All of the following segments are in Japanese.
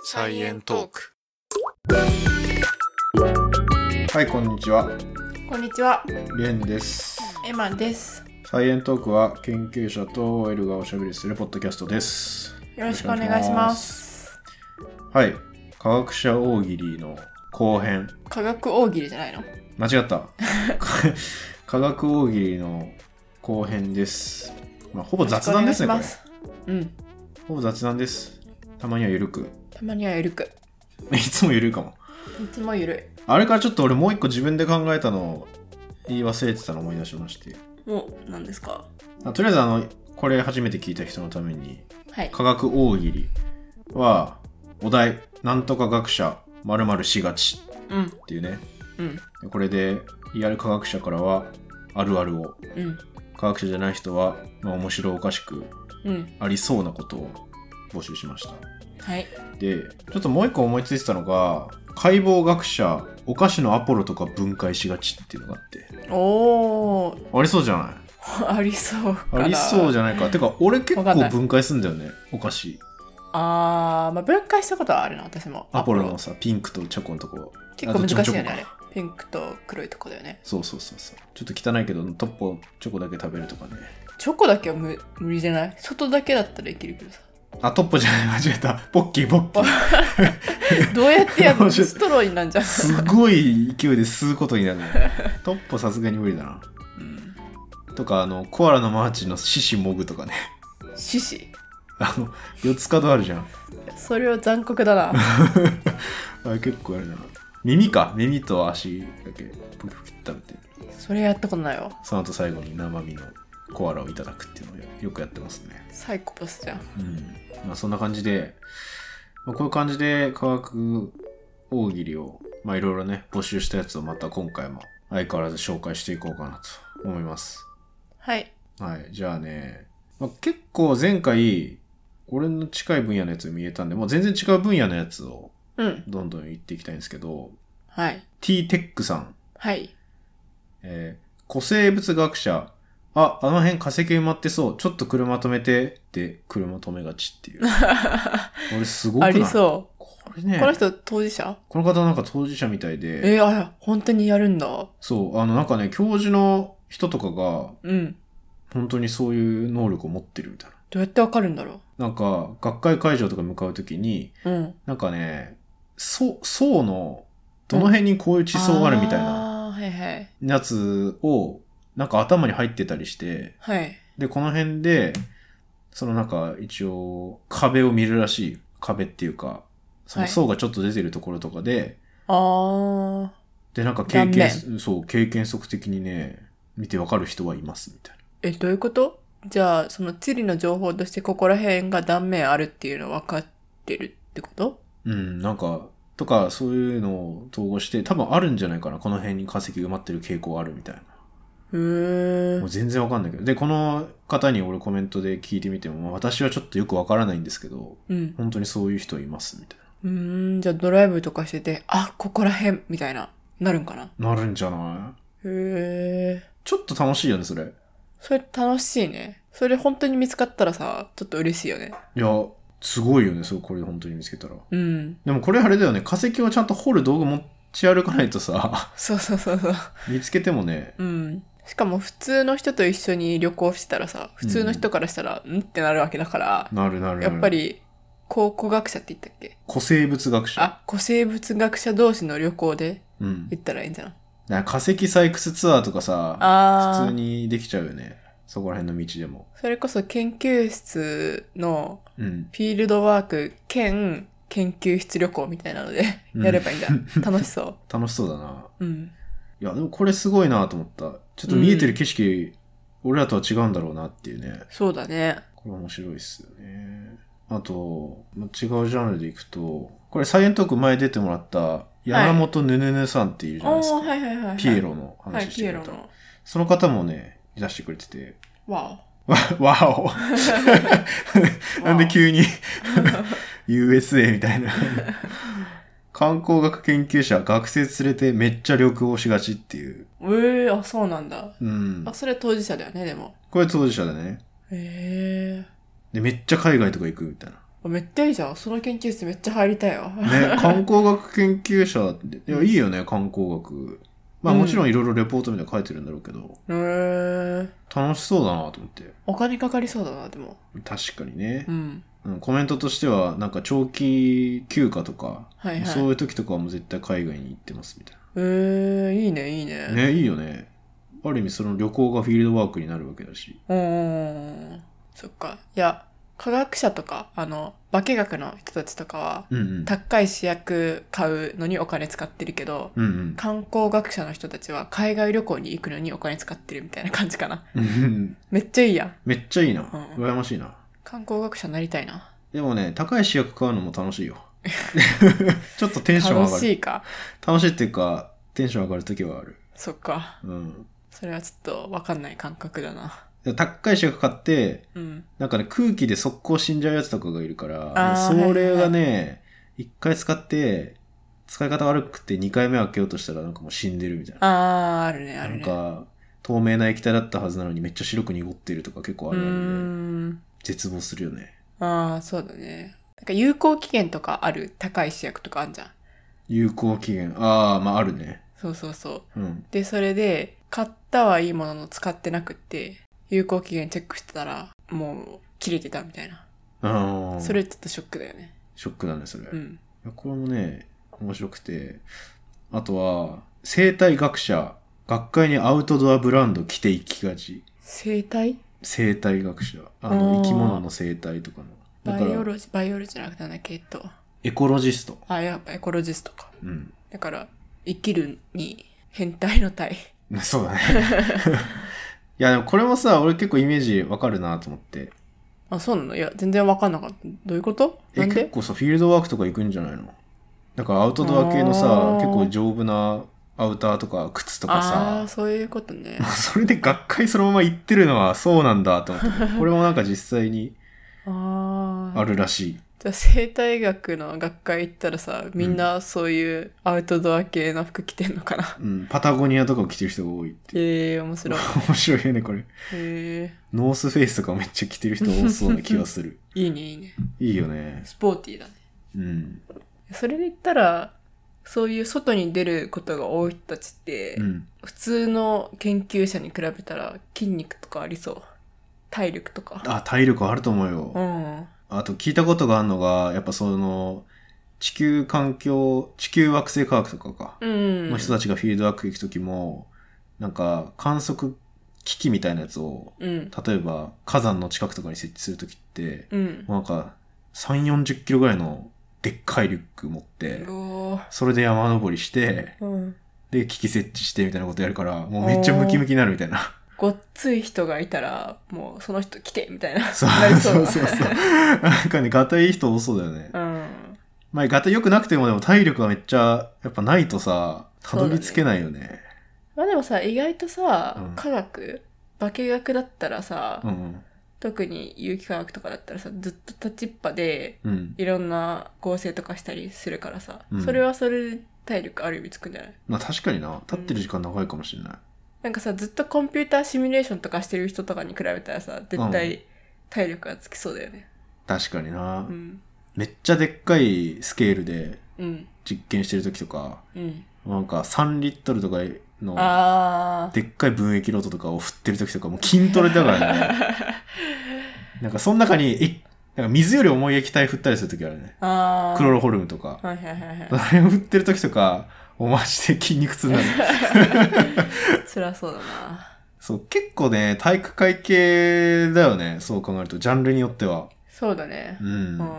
サイエントーク。はい、こんにちは。こんにちは、レンです。エマです。サイエントークは研究者と OL がおしゃべりするポッドキャストです。よろしくお願いします。はい、科学者大喜利の後編。科学大喜利じゃないの間違った。 科学大喜利の後編です。まあ、ほぼ雑談ですね、よころれし。くお願いしますほぼ雑談です。たまにはゆるく。 うん。たまにはゆるく。いつもゆるいかも。いつもゆるあれからちょっと俺もう一個自分で考えたのを言い忘れてたのを思い出しまして。い。お、何ですかあとりあえずあの、これ初めて聞いた人のために、はい。科学大喜利はお題「なんとか学者〇〇しがち」うん。っていうねうん。これでリアル科学者からはあるあるをうん。科学者じゃない人は、まあ、面白おかしくうん。ありそうなことを募集しましたはい。でちょっともう一個思いついてたのが解剖学者お菓子のアポロとか分解しがちっていうのがあっておー、ありそうじゃない ありそうかあな。りそうじゃないかてか俺結わかんな構い分解すんだよねお菓子あー、まあ、分解したことはあるな、私も。アポロのさピンクとチョコのとこ結構難しいよね、あどあっちもチョれ。ピンクと黒いとこだよね。そうそうそうそうちょっと汚いけどトッポチョコだけ食べるとかねチョコだけは無無理じゃない外だけだったらいけるけど さ。あトッポじゃない間違えたポッキーポッキーどうやってやるの面白いストローになんじゃん。すごい勢いで吸うことになるね トッポさすがに無理だなうん。とかあのコアラのマーチの獅子もぐとかね獅子。あの四つ角あるじゃんそれは残酷だな。あれ結構あるな耳か耳と足だけポキポキって食べてそれやったことないわ。その後最後に生身のコアラをいただくっていうのをよよくやってますねサイコパスじゃん。うんまあ、そんな感じで、まあ、こういう感じで科学大喜利を、まあ、いろいろね、募集したやつをまた今回も相変わらず紹介していこうかなと思います。はい。はい。じゃあね、まあ、結構前回、俺の近い分野のやつ見えたんで、もう全然違う分野のやつをうん。どんどん言っていきたいんですけど、はい。 T-TECH さん、はい。えー古生物学者、あ、あの辺化石埋まってそう、ちょっと車止めて、で、車止めがち っていう。俺すごくなあいりそこれねう。この人当事者この方なんか当事者みたいで、えー、あ、本当にやるんだ。そう、あのなんかね、教授の人とかが、うん。本当にそういう能力を持ってるみたいな。どうやってわかるんだろなんか、学会会場とか向かうときに、う。うん。なんかね、層、層の、どの辺にこういう地層があるみたいなああ、はいはい。やつを、なんか頭に入ってたりして、はい。で、この辺で、そのなんか一応壁を見るらしい。壁っていうか、その層がちょっと出てるところとかで、ああ。で、なんか経断験、そう、経験則的にね、見てわかる人はいますみたいな。え、どういうことじゃあ、その地理の情報としてここら辺が断面あるっていうの分かってるってことうん、なんか、とか、そういうのを統合して、多分あるんじゃないかな。この辺に化石埋まってる傾向あるみたいへな。えもう。全然わかんないけど。で、この方に俺コメントで聞いてみても、まあ私はちょっとよくわからないんですけど、うん。本当にそういう人いますみたいうーん、じゃあドライブとかしてて、あ、ここら辺みたいな、なるんかなな。なるんじゃないへえ。ちょっと楽しいよね、それ。それ楽しいね。それ本当に見つかったらさ、ちょっと嬉しいよね。いや、すごいよね、そう、これ本当に見つけたら。うん。でもこれあれだよね、化石をちゃんと掘る道具持ち歩かないとさ、 そうそうそうそう。見つけてもね、うん。しかも普通の人と一緒に旅行してたらさ、普通の人からしたら、んってなるわけだから、なるなるなやる。っぱり、考古学者って言ったっけ古生物学者。あ、古生物学者同士の旅行でうん。だ行ったらいいんじゃん。から化石採掘ツアーとかさ、あ普通ー。にできちゃうよね。そこら辺の道でも。それこそ研究室のうん。フィールドワーク兼研究室旅行みたいなのでうんやればいいんだ。楽しそ楽しそうだな。う。うん。いや、でもこれすごいなと思った。ちょっと見えてる景色、俺らとは違うんだろうなっていうね。そうだね。これ面白いっすよね。あと、まあ違うジャンルでいくと、これサイエントーク前出てもらった、山本ぬぬぬさんっていうじゃないですか。おーはいはいはいはい。ピエロのはい、話してピエくれロた。の。その方もね、出してくれて て、わわ、わ おお。なんでに。急 に USA みたいな。観光学研究者、学生連れてめっちゃ旅行しがちっていう。えー、あ、そうなんだ。うんあ、。それ当事者だよね、でも。これ当事者だね。へえで、めっちゃ海外とか行くみたいな。あめっちゃいいじゃん。その研究室めっちゃ入りたいわ。 ね、観光学研究者って、いや、いいよね、観光学。まあうんもちろんいろいろレポートみたいなの書いてるんだろうけど、へー楽しそうだなと思って。お金かかりそうだな、でも。確かにねう。ん。うんコメントとしては、なんか長期休暇とか、はいはい。そういう時とかはもう絶対海外に行ってますみたいえー、いいね、いいね。な。ね、いいよね。ある意味その旅行がフィールドワークになるわけだし。うんうんうん。そっか。いや、科学者とか、あの、化学の人たちとかは、うんうん。高い試薬買うのにお金使ってるけど、うん観光学者の人たちは海外旅行に行くのにお金使ってるみたいな感じかな。うん。 めっちゃいいやん。めっちゃいいな。ん羨ましいな。観光学者になりたいな。でもね、高い試薬買うのも楽 しいよ。ちょっとテンション上楽がしる。いか。楽しいっていうか、テンション上がる時はある。そっか。うん。それはちょっとわかんない感覚だな。で高い試薬買って、うん。なんかね、空気で速攻死んじゃうやつとかがいるから、あーそれがね、一、回使って、使い方悪くて二回目開けようとしたらなんかもう死んでるみたいな。あー、あるね、あなるんね。か、透明な液体だったはずなのにめっちゃ白く濁ってるとか結構あうーるあるで、ん。絶望するよね。ああ、そうだね。なんか有効期限とかある高い試薬とかあんじゃん。有効期限。ああ、まああるね。そうそうそう。うん。で、それで、買ったはいいものの使ってなくって、有効期限チェックしてたら、もう切れてたみたいな。ああ、それちょっとショックだよね。ショックだね、それ。ういん。やこれもね、面白くて。あとは、生態学者、学会にアウトドアブランド着ていきがち。生態生態学者ああのー生き物の生態とかのバだイからオロジ、バイオロジじゃなくてなんだっけ、えっと。エコロジスト、あ、やっぱエコロジストか。うん、 だから、生きるに、変態の体。 そうだね いやでもこれもさ俺結構イメージわかるなと思ってあ、そうなのいや、全然わかんなかった。どういうことなえん結で構さフィールドワークとか行くんじゃないのだからアウトドア系のさあー結構丈夫なアウターとか靴とああかー、そういうことね。さ それで学会そのまま行ってるのはそうなんだと 思ってこれもなんか実際にああ。あるらしいじゃあ生態学の学会行ったらさ、みんなそういうアウトドア系の服着てんの かな。うん、パタゴニアとかを着てる人が多いってええ 面白い。面白いよねこれえノースフェイスとかめっちゃ着てる人多そうな気がするえいいね、いいね。いいよね。スポーティーだね。うん。それで言ったら、そういう外に出ることが多い人たちって、うん。普通の研究者に比べたら筋肉とかありそう。体力とか。あ、体力あると思ううよ。ん。あと聞いたことがあるのが、やっぱその、地球環境、地球惑星科学とかか。うん。の人たちがフィールドワーク行くときも、なんか観測機器みたいなやつを、うん。例えば火山の近くとかに設置するときって、うん。もうなんか3、40キロぐらいのでっかいリュック持ってう、おーそれで山登りして、うん。で、機器設置してみたいなことやるから、もうめっちゃムキムキになるみたいな。ごっつい人がいたら、もうその人来てみたいな。そうなりそうだそうそう。なんかね、ガタいい人多そうだよね。 うん。まあ、ガタ良くなくてもでも体力がめっちゃ、やっぱないとさ、たどり着けないよね。まあでもさ、意外とさ、うん科学、化学だったらさ、うん特に有機化学とかだったらさ、ずっと立ちっぱで、うん。うん。いろんな合成とかしたりするからさ、うんそれはそれで体力ある意味つくんじゃないまあ確かにな、立ってる時間長いかもしれない。なんかさ、ずっとコンピューターシミュレーションとかしてる人とかに比べたらさ、絶う対体力がつきそうだよね。確かになう。ん。めっちゃでっかいスケールでうん。実験してる時とか、うん。なんか3リットルとかの、あー。でっかい分液ロードとかを振ってる時とか、もう筋トレだから ね。なんかその中に、えなんか水より重い液体振ったりする時あるね。あー。クロロホルムとか。はいはいは いはあれを振ってる時とか、おまじで筋肉痛になる。 い。辛そうだな。そう、結構ね、体育会系だよね。そう考えると、ジャンルによっては。そうだねう。ん。うん。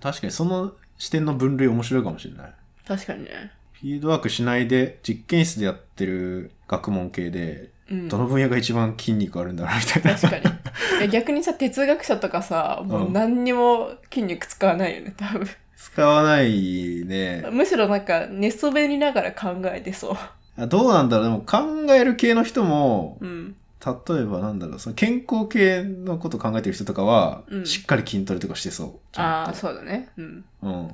確かにその視点の分類面白いかもしれない。確かにね。フィールドワークしないで、実験室でやってる学問系で、うん。どの分野が一番筋肉あるんだろうみたいな。確かにえ逆にさ哲学者とかさもう何にも筋肉使わないよね多 分 使わないね。むしろなんか寝そべりながら考えてそうあどうなんだろうでも考える系の人も、うん例えばなんだろう、その健康系のこと考えてる人とかは、うんしっかり筋トレとかしてそう。ちゃんあとあそうだねうんうん。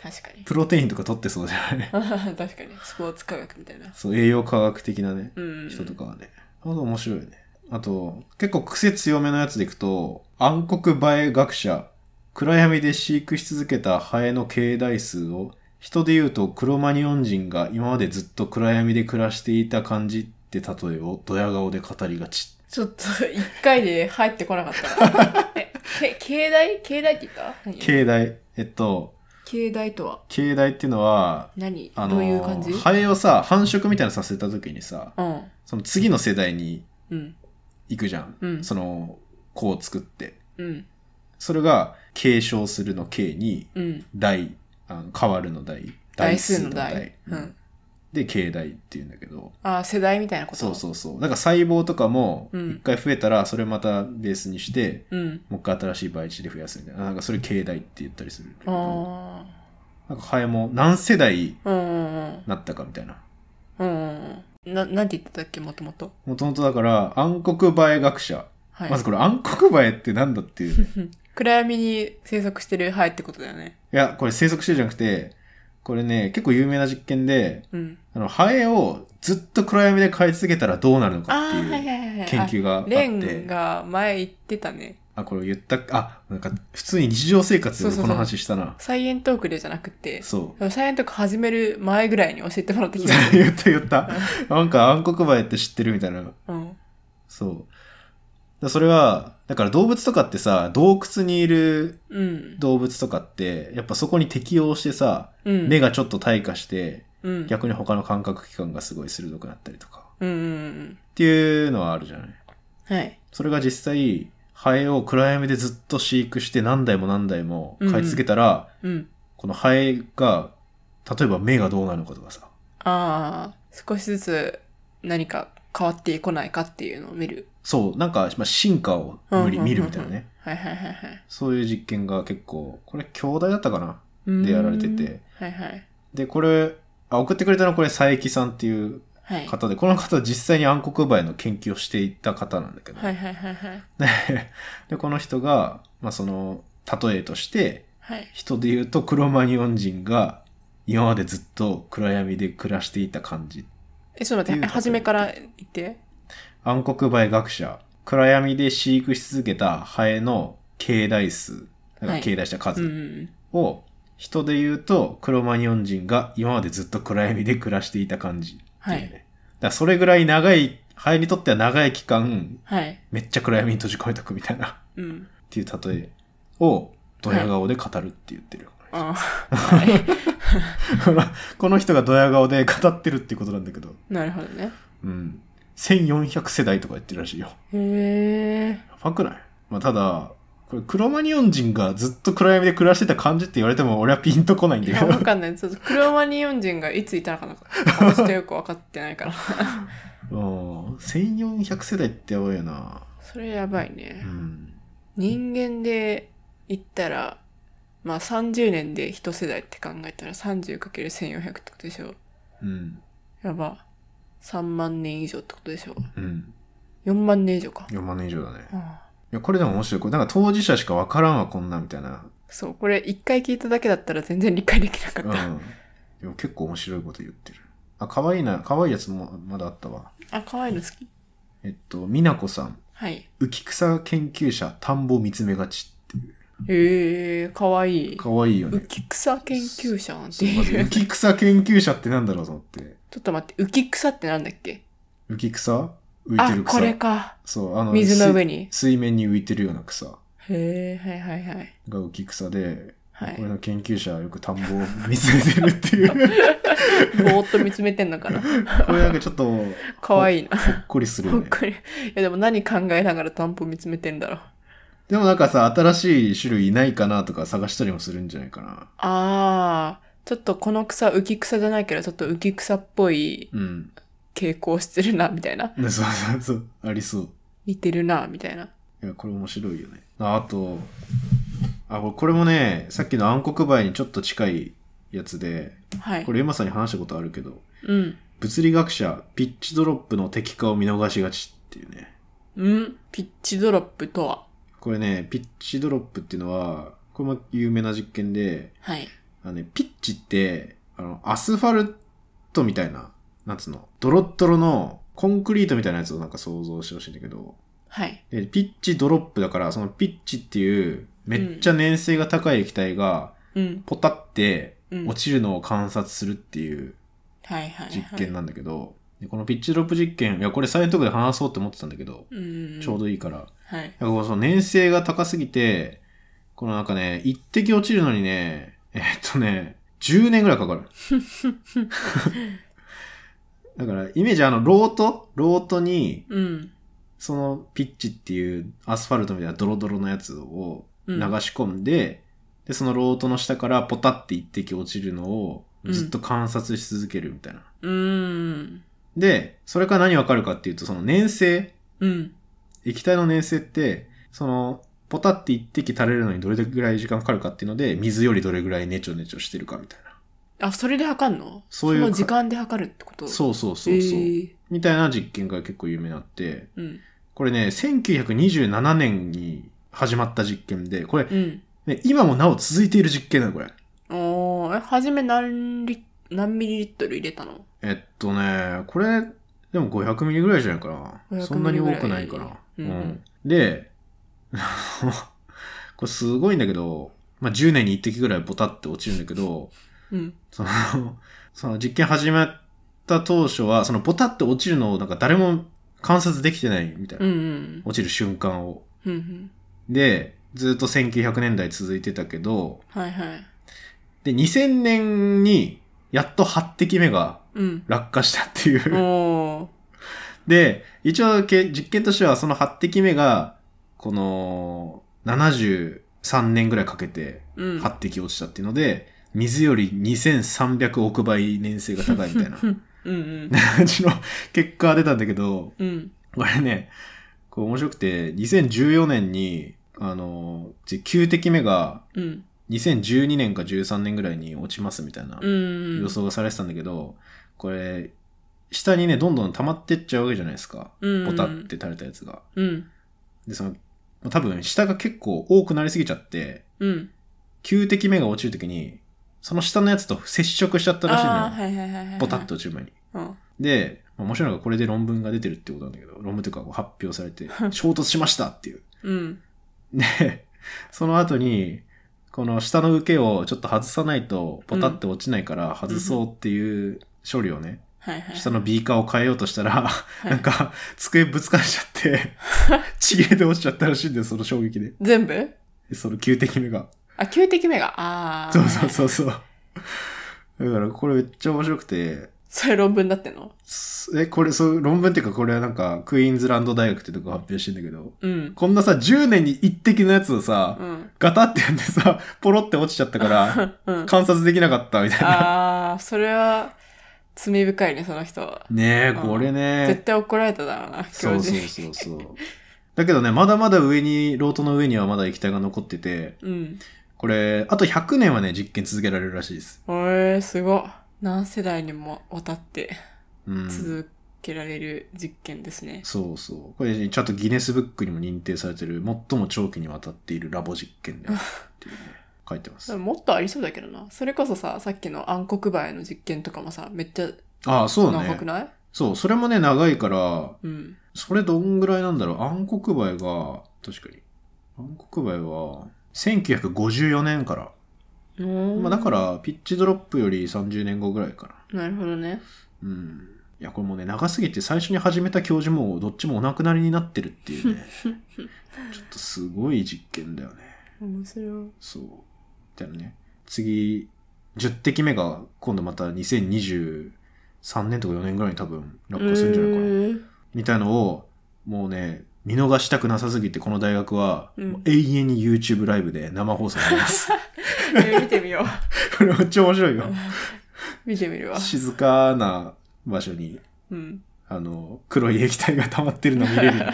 確かに プロテインとか取ってそうじゃない 確かにスポーツ科学みたいなそう、栄養科学的なね、うん人とかはね。あと面白いね。あと、結構癖強めのやつでいくと、暗黒映え学者、暗闇で飼育し続けたハエの形代数を、人で言うとクロマニオン人が今までずっと暗闇で暮らしていた感じって例えをドヤ顔で語りがち。ちょっと、一回で入ってこな かった。え、け、境内境内って言った何境内、えっと、境内とは境内っていうのは、何あどのういう感じハエをさ、繁殖みたいなのさせた時にさ、うん。その次の世代にうん。行くじゃん。うんその、子を作って。うん。それが、継承するの継に、うん。代、あの変わるの代。台数の台。ううんん。で、経代っていうんだけど。あー、世代みたいなことそうそうそう。だから細胞とかも、うん一回増えたら、それまたベースにして、う。うん。もう一回新しい倍値で増やすみたいな。なんかそれ経代って言ったりするんだけど。あなんかハエも何世代あ。うんうんなったかみたいな。うん。うんうんうん。な、なんて言ってたっけ、もともと。もともとだから、暗黒映え学者。はい。まずこれ暗黒映えってなんだっていうね、うん暗闇に生息してるハエってことだよね。いや、これ生息してるじゃなくて、これね、結構有名な実験で、うん。あの、ハエをずっと暗闇で飼い続けたらどうなるのかってああ、はいいうはいはいはい。研究があっあレンて、が前言ってたね。あ、これ言った、あ、なんか普通に日常生活でそうそう俺そうこの話したな。サイエントークでじゃなくて、そう。サイエントーク始める前ぐらいに教えてもらった気がす る。言った言った。なんか暗黒映えって知ってるみたいな。うん。そう。だそれは、だから動物とかってさ、洞窟にいるうん。動物とかって、やっぱそこに適応してさ、うん。目がちょっと退化して、うん。逆に他の感覚器官がすごい鋭くなったりとか。うんうんうんっていうのはあるじゃない。うん。はい。それが実際、ハエを暗闇でずっと飼育して何代も何代も飼い続けたら、うん。このハエが、例えば目がどうなるのかとかさ。ああ、少しずつ何か変わってこないかっていうのを見る。そう、なんか、まあ、進化を無理うんうんうんうん見るみたいなね。はいはいはいはい。そういう実験が結構、これ兄弟だったかなうーんでやられてて。はいはい。で、これ、あ、送ってくれたのはこれ、佐伯さんっていうはい。方で、この方は実際に暗黒梅の研究をしていた方なんだけど。はいはいはいはい。 で、この人が、まあ、その、例えとして、はい。人で言うとクロマニオン人が今までずっと暗闇で暮らしていた感じ。え、ちょっと待っってて、いう初めから言って。暗黒映え学者。暗闇で飼育し続けたハエの形代数。だからはい形代したうんう数んを、人で言うとクロマニオン人が今までずっと暗闇で暮らしていた感じっていうね。はいだからそれぐらい長い、ハエにとっては長い期間、はい。めっちゃ暗闇に閉じ込めとくみたいな、っうん。ていう例えを、ドヤ顔で語るって言ってる。ああ。はい。この この人がドヤ顔で語ってるっていうことなんだけど、なるほどね。うん。1400世代とか言ってるらしいよ。へえ。やばくないまあ、ただ、これ、クロマニオン人がずっと暗闇で暮らしてた感じって言われても、俺はピンとこないんいだや、けわど。かんない。ちょっと、クロマニヨン人がいついたのかなか、ちょっとよくわかってないから。うん。1400世代ってやばいよな。それやばいうね。ん。人間で言ったら、まあ30年で一世代って考えたら 30×1400 ってことでしょ。うん。やば。3万年以上ってことでしょ。うん。 4万年以上か。 4万年以上だね。いああや、これでも面白い。これなんか当事者しかわからんわ、こんな、みたいな。そう、これ一回聞いただけだったら全然理解できなかうん。った。でも結構面白いこと言ってる。あ、可愛いな。可愛いやつもまだあったわ。あ、可愛いの好き。えっと、美奈子さん。はい。浮草研究者田んぼ見つめがちってい。。へえ、可愛いうかわいいよね。浮き草研究者なんてそうま ずい浮う。き草研究者ってなんだろうと思って。ちょっと待って、浮き草ってなんだっけ浮き草浮いあてる、草。これか。そう、あの、水の上に。に。水面に浮いてるような草へえ、はいはいはい。が浮き草で、はこれい。の研究者はよく田んぼを見つめてるって いう。ぼーっと見つめてんのかな。これなんかちょっと、ほ可愛いな。っこりするほよっね。こり。いやでも何考えながら担保見つめてんだろう。でもなんかさ、新しい種類いないかなとか探したりもするんじゃないかな。あー、ちょっとこの草、浮き草じゃないけど、ちょっと浮き草っぽいうん。傾向してるな、みたいな。ねそうそうそう。ありそう。似てるな、みたいな。いや、これ面白いよね。ああと、あ、これこれもね、さっきの暗黒梅にちょっと近いやつで、はいこ。れエマさんに話したことあるけど、うん。物理学者、ピッチドロップの敵化を見逃しがちっていうね。うんピッチドロップとはこれね、ピッチドロップっていうのは、これも有名な実験で、はい。あのね、ピッチって、あの、アスファルトみたいな、なんつうの、ドロッドロのコンクリートみたいなやつをなんか想像してほしいんだけど、はい。で、ピッチドロップだから、そのピッチっていう、めっちゃ粘性が高い液体が、うん。ポタってうん。落ちるのを観察するっていうはいはいはい。実験なんだけど、でこのピッチドロップ実験、いや、これサイエントークで話そうって思ってたんだけど、うん。ちょうど。どいいから。はい。いやこうその粘性が高すぎて、このなんかね、一滴落ちるのにね、えっとね、10年ぐらいかか る。だから、イメージあの、ロートロートに、うん。そのピッチっていうアスファルトみたいなドロドロのやつをう流ん。し込んで、で、そのロートの下からポタって一滴落ちるのをずっと観察し続けるみたいな。うん。で、それから何わかるかっていうと、その粘性、うん。液体の粘性って、その、ポタって一滴垂れるのにどれぐらい時間かかるかっていうので、水よりどれぐらいネチョネチョしてるかみたいな。あ、それで測るのそういうの時間で測るってことうそうそうそうそう。えみたいな実験が結構有名になって、ーうん。これね、1927年に始まった実験で、これ、うん。ね、今もなお続いている実験なの、これ。おーえ、はじめ何リ、何ミリリットル入れたのえっとね、これ、でも500ミリぐらいじゃないかな。 500そんなに多くないかな。ミリぐらいうんで、 これすごいんだけど、まあ、10年に1滴ぐらいボタって落ちるんだけど、うん。その、 その実験始まった当初は、そのボタって落ちるのをなんか誰も観察できてないみたいな。うんうん。落ちる瞬間を。うんうん。で、ずっと1900年代続いてたけど、はいはい。で、2000年にやっと8滴目がうん。落下したっていう。おーで、一応け実験としてはその8滴目が、この73年ぐらいかけてうん。 8滴落ちたっていうので、水より2300億倍粘性が高いみたい なうんうん。感じの結果が出たんだけど、うん。これね、こう面白くて、2014年に、あの、9滴目がうん。 2012年か13年ぐらいに落ちますみたいなうん。予想がされてたんだけど、これ、下にね、どんどん溜まってっちゃうわけじゃないですか。うん。ボタって垂れたやつが。うん。で、その、多分下が結構多くなりすぎちゃって、うん。 9滴目が落ちるときに、その下のやつと接触しちゃったらしいのよ。ああー、はいはいはいはい。ボタッと。落ちる前に。うん。で、まあ、面白いのがこれで論文が出てるってことなんだけど、論文というかこう発表され て、衝突しましたっていう。うん。で、その後に、この下の受けをちょっと外さないと、ポタって落ちないから外そうっていう処理をね、はいはい。下のビーカーを変えようとしたら、いなんか、机ぶつかしちゃ って、ちぎれて落ちちゃったらしいんだよ、その衝撃で。全部その9滴目が。あ、9滴目が。ああ。そうそうそうそう。だからこれめっちゃ面白くて、それ論文だってのすえ、これ、そう、論文っていうかこれはなんか、クイーンズランド大学ってとこ発表してんだけど、うん。こんなさ、10年に一滴のやつをさ、うん。ガタってやってさ、ポロって落ちちゃったから、うん。観察できなかったみたいな。ああ、それは、罪深いね、その人は。ねえ、これ絶ね。対怒られただろうな、教そう授そうに。そうそう。だけどね、まだまだ上に、ロートの上にはまだ液体が残ってて、うん。これ、あと100年はね、実験続けられるらしいです。えー、すごい。何世代にもわたってうん。続けられる実験ですね。そうそう。これ、ちゃんとギネスブックにも認定されてる、最も長期にわたっているラボ実験であるっていうね、書いて ます。でももっとありそうだけどな。それこそさ、さっきの暗黒バエの実験とかもさ、めっちゃああ、そう長ねく。ないうんそう、それもね、長いから、うん。それどんぐらいなんだろう。暗黒梅が、確かに。暗黒梅は、1954年から。まあ、だか。ら、ピッチドロップより30年後ぐらいかなるほどね。な。うん。いや、これもうね、長すぎて最初に始めた教授も、どっちもお亡くなりになってるっていうね。ちょっとすごい実験だよね。面白い。そう。じゃあね、次、10滴目が今度また2023年とか4年ぐらいに多分落下するんじゃないかな。みたいのを、もうね、見逃したくなさすぎて、この大学は、うんもう永遠に YouTube ライブで生放送になり ます。えー見てみよう。これめっちゃ面白いよ。見てみるわ。静かな場所に、うん。あの、黒い液体が溜まってるの見れる んで。こ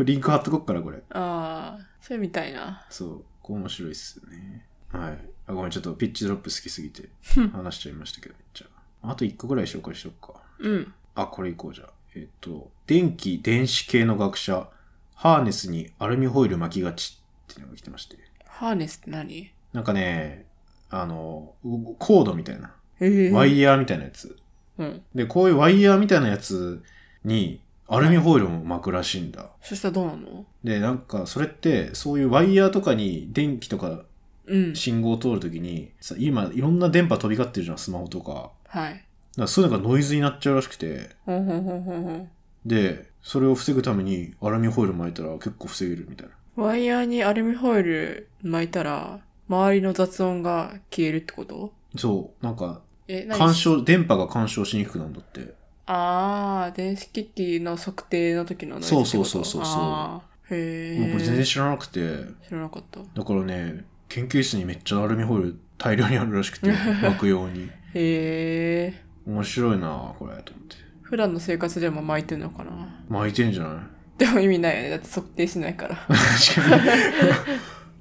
れリンク貼っとこっから、これ。ああ、それみたいな。そう、これ面白いっすよね。はい。あ、ごめん、ちょっとピッチドロップ好きすぎてん話しちゃいましたけど、めっちゃ。あと1個ぐらい紹介しよっか。うん。あ、これいこうじゃあ。えっ、と、電気、電子系の学者、ハーネスにアルミホイル巻きがちっていうのが来てまして。ハーネスって何なんかね、あの、うコードみたいな、ええワイヤーみたいなやつ。うん。で、こういうワイヤーみたいなやつに、アルミホイルも巻くらしいんだ。そしたらどうなので、なんか、それって、そういうワイヤーとかに電気とかうん。信号を通るときに、さ今、いろんな電波飛び交ってるじゃん、スマホとか。だかはい。らそういうのがノイズになっちゃうらしくて。ほんほんほんほんほん。で、それを防ぐためにアルミホイル巻いたら結構防げるみたいな。ワイヤーにアルミホイル巻いたら、周りの雑音が消えるってことそう、なんか、え、何干渉、電波が干渉しにくくなるんだって。ああ、電子機器の測定の時のノイズってことそうそうそうそうそうあーへえ。もうこれ全然知らなくて、知らなかった。だからね、研究室にめっちゃアルミホイル大量にあるらしく て、巻くように。へえ。面白いなこれ、と思って。普段の生活でも巻いてんのかな巻いてんじゃないでも意味ないよね。だって測定しな いから。確かに。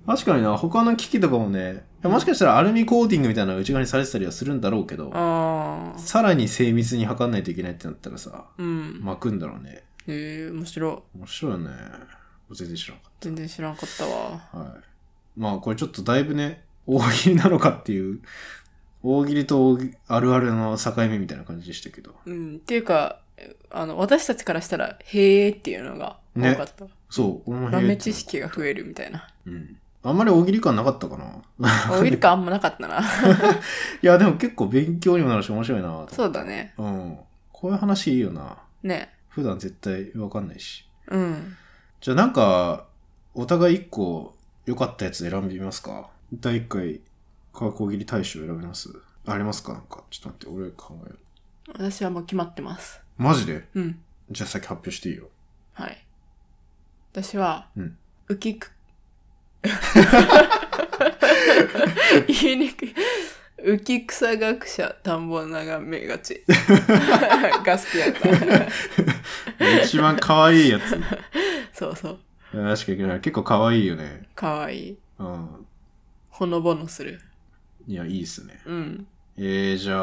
確かにな、他の機器とかもね、もしかしたらアルミコーティングみたいなのが内側にされてたりはするんだろうけど、ああ。さらに精密に測んないといけないってなったらさ、うん。巻くんだろうね。へえ、面白い。面白いよね。全然知らんかっ全然知らなかったわ。た。はい。まあこれちょっとだいぶね、大喜利なのかっていう、大喜利と大喜利あるあるの境目みたいな感じでしたけど。うん。っていうか、あの、私たちからしたら、へえっていうのが多かった。そう、俺もへえ豆知識が増えるみたいな。うん。あんまり大喜利感なかったかな。 オイル感あんまなかったな。 いや、でも結構勉強にもなるし面白いなと思ってそうだね。うん。こういう話いいよな。ね。普段絶対わかんないし。うん。じゃあなんか、お互い一個良かったやつ選びますか第一回、川小切大賞選びますありますかなんか。ちょっと待って、俺考える。私はもう決まってます。マジでうん。じゃあ先発表していいよ。はい。私は、うん浮きく、言いにくい。浮き草学者、田んぼ眺めがち。 が好きやった。一番可愛いやつ。そうそう。確かに、結構可愛いよね。かわいい。うん。ほのぼのする。いや、いいっすね。うん。えー、じゃ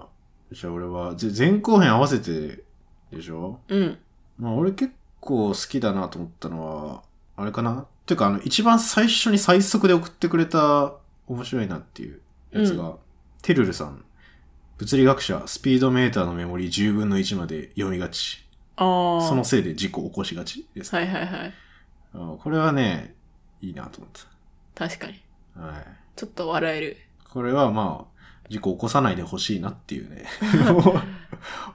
あ、じゃあ俺は、ぜ前後編合わせてでしょうん。まあ、俺結構好きだなと思ったのは、あれかなていうか、あの、一番最初に最速で送ってくれた面白いなっていうやつが、てるるさん。物理学者、スピードメーターのメモリ10分の1まで読みがち。ああ。そのせいで事故起こしがちです。はいはいはい。あこれはね、いいなと思っ確かに。た。はい。ちょっと笑える。これはまあ、事故起こさないでほしいなっていう ね。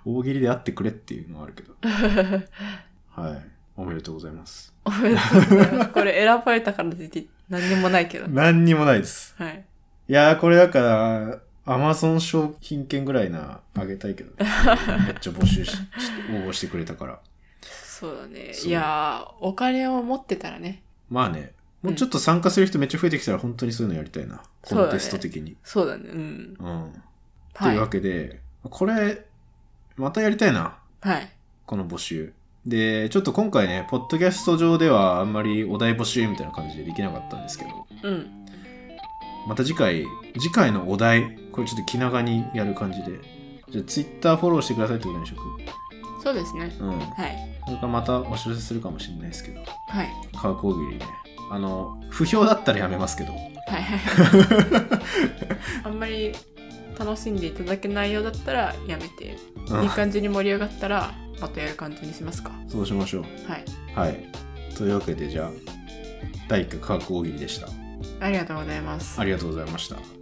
大喜利であってくれっていうのはあるけど。はい。おめでとうございます。おめでとうござい ます。これ選ばれたから出て何にもないけど。何にもないです。はい。いやー、これだから、アマゾン商品券ぐらいな、あげたいけど、 めっちゃ募集し、し応募してくれたから。そうだね。そういやー、お金を持ってたらね。まあね、もうちょっと参加する人めっちゃ増えてきたら、本当にそういうのやりたいな。コそうだねンテスト的に。そうだね。うん。うん。とはいいうわ。けで、これ、またやりたいな。はい。この募集。で、ちょっと今回ね、ポッドキャスト上ではあんまりお題募集みたいな感じでできなかったんですけど、うん。また次回、次回のお題、これちょっと気長にやる感じで。じゃあ、ツイッターフォローしてくださいってことにしようそうですね。かうん。はい。それからまたお知らせするかもしれないですけど、はい。川小切ね。あの、不評だったらやめますけど。はいはい。 あんまり楽しんでいただけないようだったらやめて、うい いん、感じに盛り上がったら、またやる感じにしますか。そうしましょう。ははい。い。というわけで、じゃあ、第1回川小切でした。ありがとうございますあ。りがとうございました。